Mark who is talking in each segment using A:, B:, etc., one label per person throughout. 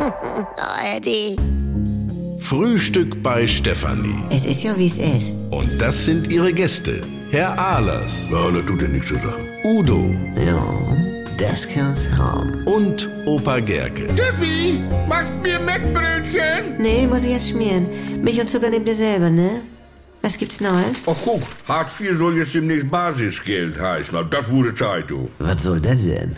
A: Oh, Eddie.
B: Frühstück bei Stefanie.
A: Es ist ja, wie es ist.
B: Und das sind ihre Gäste. Herr Ahlers,
C: Ja, das tut dir nichts zu sagen.
B: Udo
A: Ja, das kann's haben.
B: und Opa Gerke.
D: Steffi, machst mir Mettbrötchen?
A: Nee, muss ich erst schmieren. Milch und Zucker nehmt ihr selber, ne? Was gibt's Neues?
C: Ach guck, Hartz IV soll jetzt demnächst Basisgeld heißen. Na, das wurde Zeit, du.
E: Was soll das denn?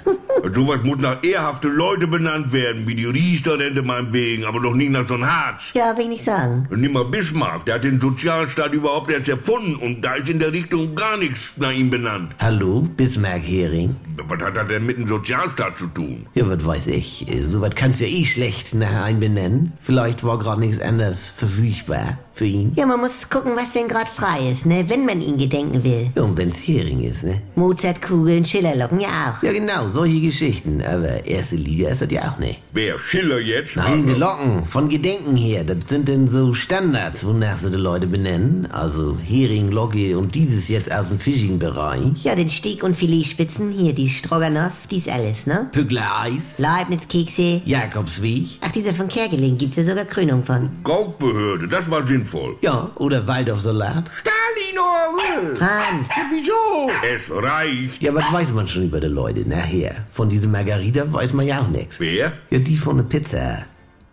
C: Sowas muss nach ehrhafte Leute benannt werden, wie die Riester-Rente meinetwegen, aber doch nicht nach so einem Harz.
A: Ja, will ich nicht sagen.
C: Und nimm mal Bismarck, der hat den Sozialstaat überhaupt erst erfunden und da ist in der Richtung gar nichts nach ihm benannt.
E: Hallo, Bismarck-Hering?
C: Was hat das denn mit dem Sozialstaat zu tun?
E: Ja, was weiß ich. Sowas kannst ja eh schlecht nachher einbenennen. Vielleicht war gerade nichts anderes verfügbar für ihn.
A: Ja, man muss gucken, was denn gerade frei ist, ne? Wenn man ihn gedenken will.
E: Ja, und wenn's Hering ist, ne?
A: Mozartkugeln, Schillerlocken, ja auch.
E: Ja, genau, solche Geschichten. Aber erste Liga ist das ja auch nicht.
C: Wer Schiller jetzt? Also
E: Nein, die Locken von Gedenken her, das sind denn so Standards, wonach sie die Leute benennen. Also Hering, Logge und dieses jetzt aus dem Fishing-Bereich.
A: Ja, den Stieg und Filetspitzen, hier die Stroganoff, dies alles, ne?
E: Pückler Eis,
A: Leibniz-Kekse.
E: Jakobsweg.
A: Ach, dieser von Kerkeling gibt's ja sogar Krönung von.
C: Gaukbehörde, das war sinnvoll.
E: Ja, oder Waldorfsalat.
D: Stalinore!
A: Franz,
D: Wieso?
C: Es reicht.
E: Ja, was weiß man schon über die Leute nachher? Von dieser Margarita weiß man ja auch nichts.
C: Wer?
E: Ja, die von der Pizza.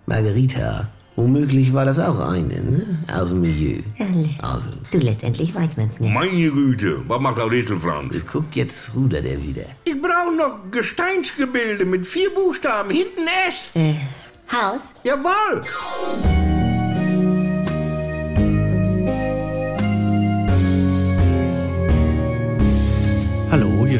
E: Margarita. Womöglich war das auch eine, ne? Aus dem Milieu.
A: Ehrlich?
E: Also,
A: du letztendlich weiß man's nicht.
C: Meine Güte, nou was macht der Rätselfranz?
E: guck, jetzt rudert er wieder.
D: Ich brauche noch Gesteinsgebilde mit vier Buchstaben, hinten S.
A: Äh, Haus?
D: Jawohl!
F: Hallo, hier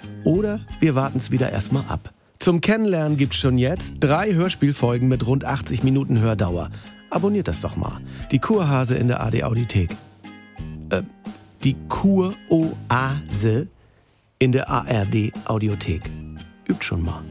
F: Oder wir warten es wieder erstmal ab. Zum Kennenlernen gibt's schon jetzt drei Hörspielfolgen mit rund 80 Minuten Hördauer. Abonniert das doch mal. Die Kurhase in der AD Audiothek. Äh, die Kuroase in der ARD Audiothek. Übt schon mal.